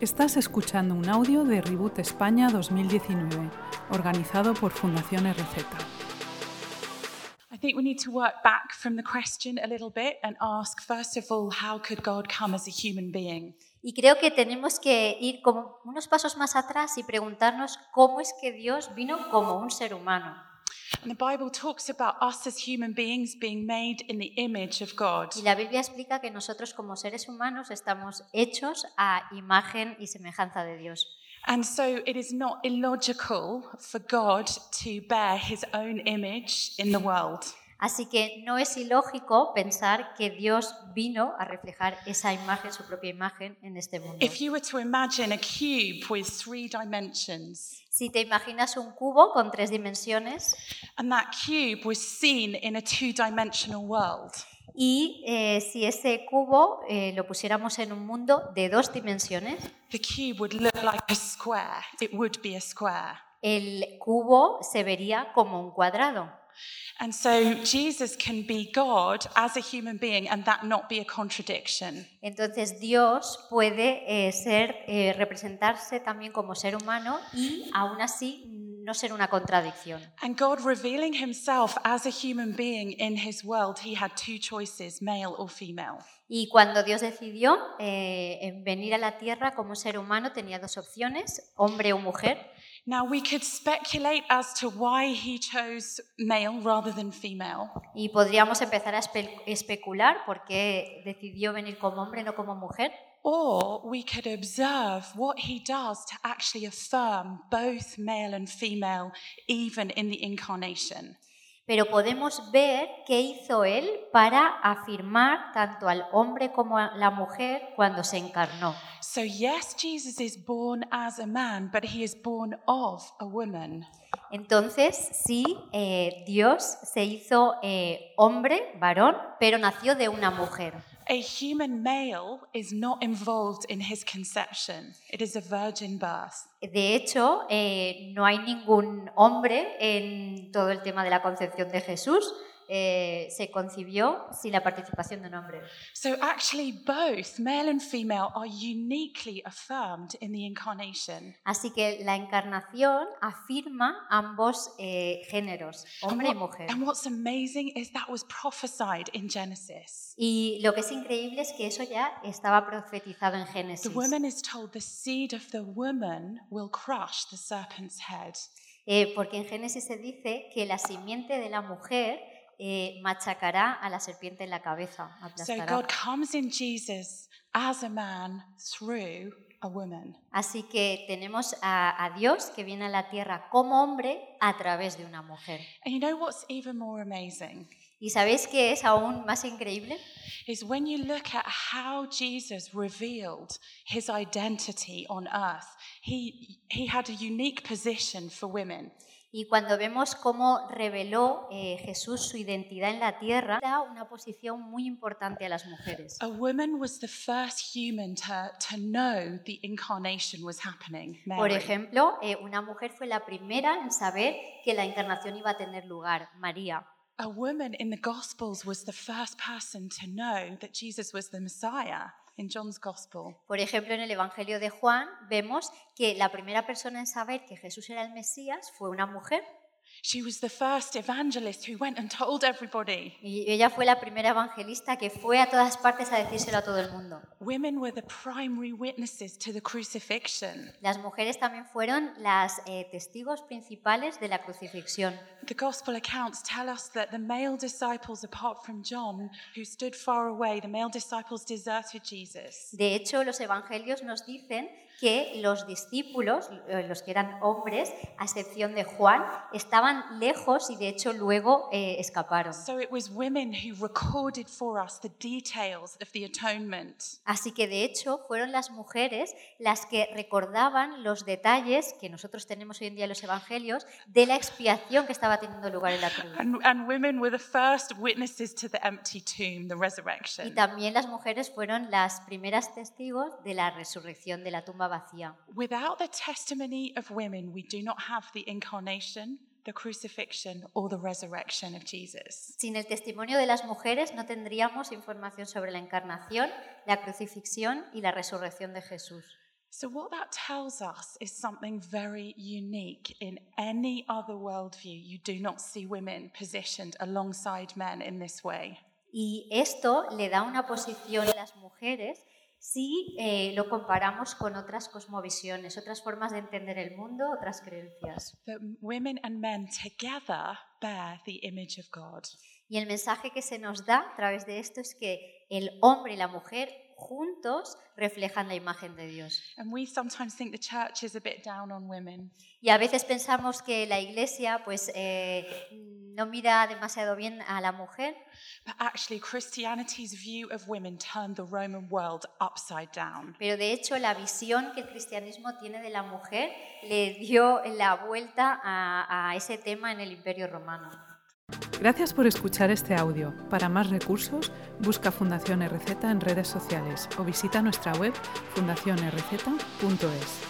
Estás escuchando un audio de Reboot España 2019, organizado por Fundación RZ. I think we need to work back from the question a little bit and ask, first of all, how could God come as a human being? Y creo que tenemos que ir como unos pasos más atrás y preguntarnos cómo es que Dios vino como un ser humano. And the Bible talks about us as human beings being made in the image of God. Y la Biblia explica que nosotros como seres humanos estamos hechos a imagen y semejanza de Dios. And so it is not illogical for God to bear his own image in the world. Así que no es ilógico pensar que Dios vino a reflejar esa imagen, su propia imagen, en este mundo. If you were to imagine a cube with three dimensions, Si te imaginas un cubo con tres dimensiones and that cube was seen in a two dimensional world, y eh, si ese cubo eh, lo pusiéramos en un mundo de dos dimensiones, the cube would look like a square. It would be a square. el cubo se vería como un cuadrado. And so Jesus can be God as a human being and that not be a contradiction. Entonces Dios puede eh, ser, eh, representarse también como ser humano y aún así no ser una contradicción. And God revealing himself as a human being in his world, he had two choices male or female. Y cuando Dios decidió eh, en venir a la tierra como ser humano tenía dos opciones, hombre o mujer. Now, we could speculate as to why he chose male rather than female. Y podríamos empezar a espe- especular por qué decidió venir como hombre, no como mujer. Or we could observe what he does to actually affirm both male and female, even in the incarnation. Pero podemos ver qué hizo él para afirmar tanto al hombre como a la mujer cuando se encarnó. So, yes, Jesus is born as a man, but he is born of a woman. Entonces, sí, eh, Dios se hizo eh, hombre, varón, pero nació de una mujer. A human male is not involved in his conception, it is a virgin birth. De hecho, eh, no hay ningún hombre en todo el tema de la concepción de Jesús. eh, se concibió sin la participación de un hombre. So, actually, both male and female are uniquely affirmed in the incarnation. Así que la encarnación afirma ambos eh, géneros, hombre y and, what- mujer. and what's amazing is that was prophesied in Genesis. Y lo que es increíble es que eso ya estaba profetizado en The Génesis. woman is told the seed of the woman will crush the serpent's head. Eh, porque en Génesis se dice que la simiente de la mujer eh, machacará a la serpiente en la cabeza. So, aplastará. God comes in Jesus as a man through a woman. Así que tenemos a, a Dios que viene a la tierra como hombre a través de una mujer. And you know what's even more amazing? ¿Y sabéis qué es aún más increíble? is when you look at how Jesus revealed his identity on earth, he, he had a unique position for women. Y cuando vemos cómo reveló eh, Jesús su identidad en la tierra, da una posición muy importante a las mujeres. A woman was the first human to, to know the incarnation was happening. Por Mary. ejemplo, eh, una mujer fue la primera en saber que la encarnación iba a tener lugar, María. A woman in the Gospels was the first person to know that Jesus was the Messiah in John's Gospel. Por ejemplo, en el Evangelio de Juan vemos que la primera persona en saber que Jesús era el Mesías fue una mujer. She was the first evangelist who went and told everybody. Y ella fue la primera evangelista que fue a todas partes a decírselo a todo el mundo. Women were the primary witnesses to the crucifixion. Las mujeres también fueron las eh, testigos principales de la crucifixión. The gospel accounts tell us that the male disciples, apart from John, who stood far away, the male disciples deserted Jesus. De hecho, los evangelios nos dicen que los discípulos, eh, los que eran hombres, a excepción de Juan, estaban lejos y de hecho luego eh, escaparon. So it was women who recorded for us the details of the atonement. Así que de hecho fueron las mujeres las que recordaban los detalles que nosotros tenemos hoy en día en los evangelios de la expiación que estaba teniendo lugar en la cruz. And, and women were the first witnesses to the empty tomb, the Y resurrection. también las mujeres fueron las primeras testigos de la resurrección de la tumba vacía. Without the testimony of women, we do not have the incarnation, the crucifixion, or the resurrection of Jesus. Sin el testimonio de las mujeres no tendríamos información sobre la encarnación, la crucifixión y la resurrección de Jesús. So, what that tells us is something very unique. In any other worldview, you do not see women positioned alongside men in this way. Y esto le da una posición a las mujeres si eh, lo comparamos con otras cosmovisiones, otras formas de entender el mundo, otras creencias. That women and men together bear the image of God. Y el mensaje que se nos da a través de esto es que el hombre y la mujer juntos reflejan la imagen de Dios. And we sometimes think the church is a bit down on women. Y a veces pensamos que la iglesia pues eh, no mira demasiado bien a la mujer, But actually, Christianity's view of women turned the Roman world upside down. pero de hecho la visión que el cristianismo tiene de la mujer le dio la vuelta a, a ese tema en el Imperio Romano. Gracias por escuchar este audio. Para más recursos, busca Fundación RZ en redes sociales o visita nuestra web fundacionrz.es.